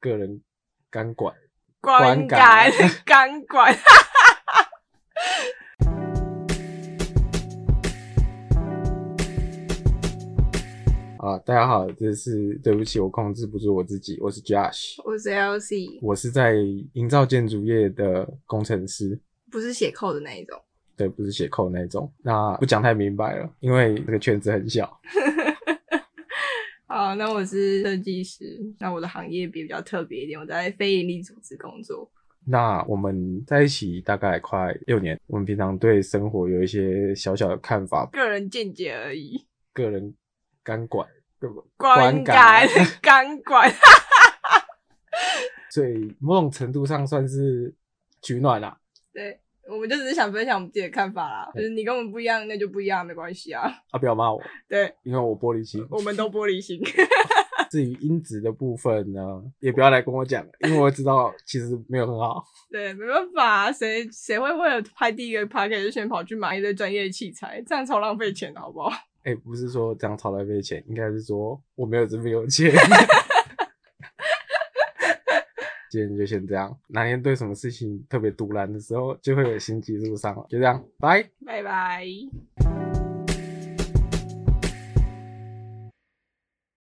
个人钢管。观感感钢管。啊，大家好，这是对不起，我控制不住我自己，我是 Josh， 我是 LC，我是在营造建筑业的工程师，不是写扣的那一种。对，不是写扣那种。那不讲太明白了，因为这个圈子很小。好，哦那我是设计师，那我的行业比比较特别一点，我在非营利组织工作。那我们在一起大概快六年，我们平常对生活有一些小小的看法，个人见解而已。个人钢管，个人观感感钢管， 所以某种程度上算是取暖啦、对，我们就只是想分享我们自己的看法啦，就是你跟我们不一样，那就不一样，没关系啊。啊，不要骂我，对， 因为我玻璃心。我们都玻璃心。 至于音质的部分呢，也不要来跟我讲，因为我知道其实没有很好。对，没办法、啊，谁谁会为了拍第一个 p a c k a g e 就先跑去买一堆专业器材，这样超浪费钱的，好不好？哎、不是说这样超浪费钱，应该是说我没有这么有钱。 今天就先这样，哪天对什么事情特别突然的时候，就会有新技术上了。就这样，拜。拜拜。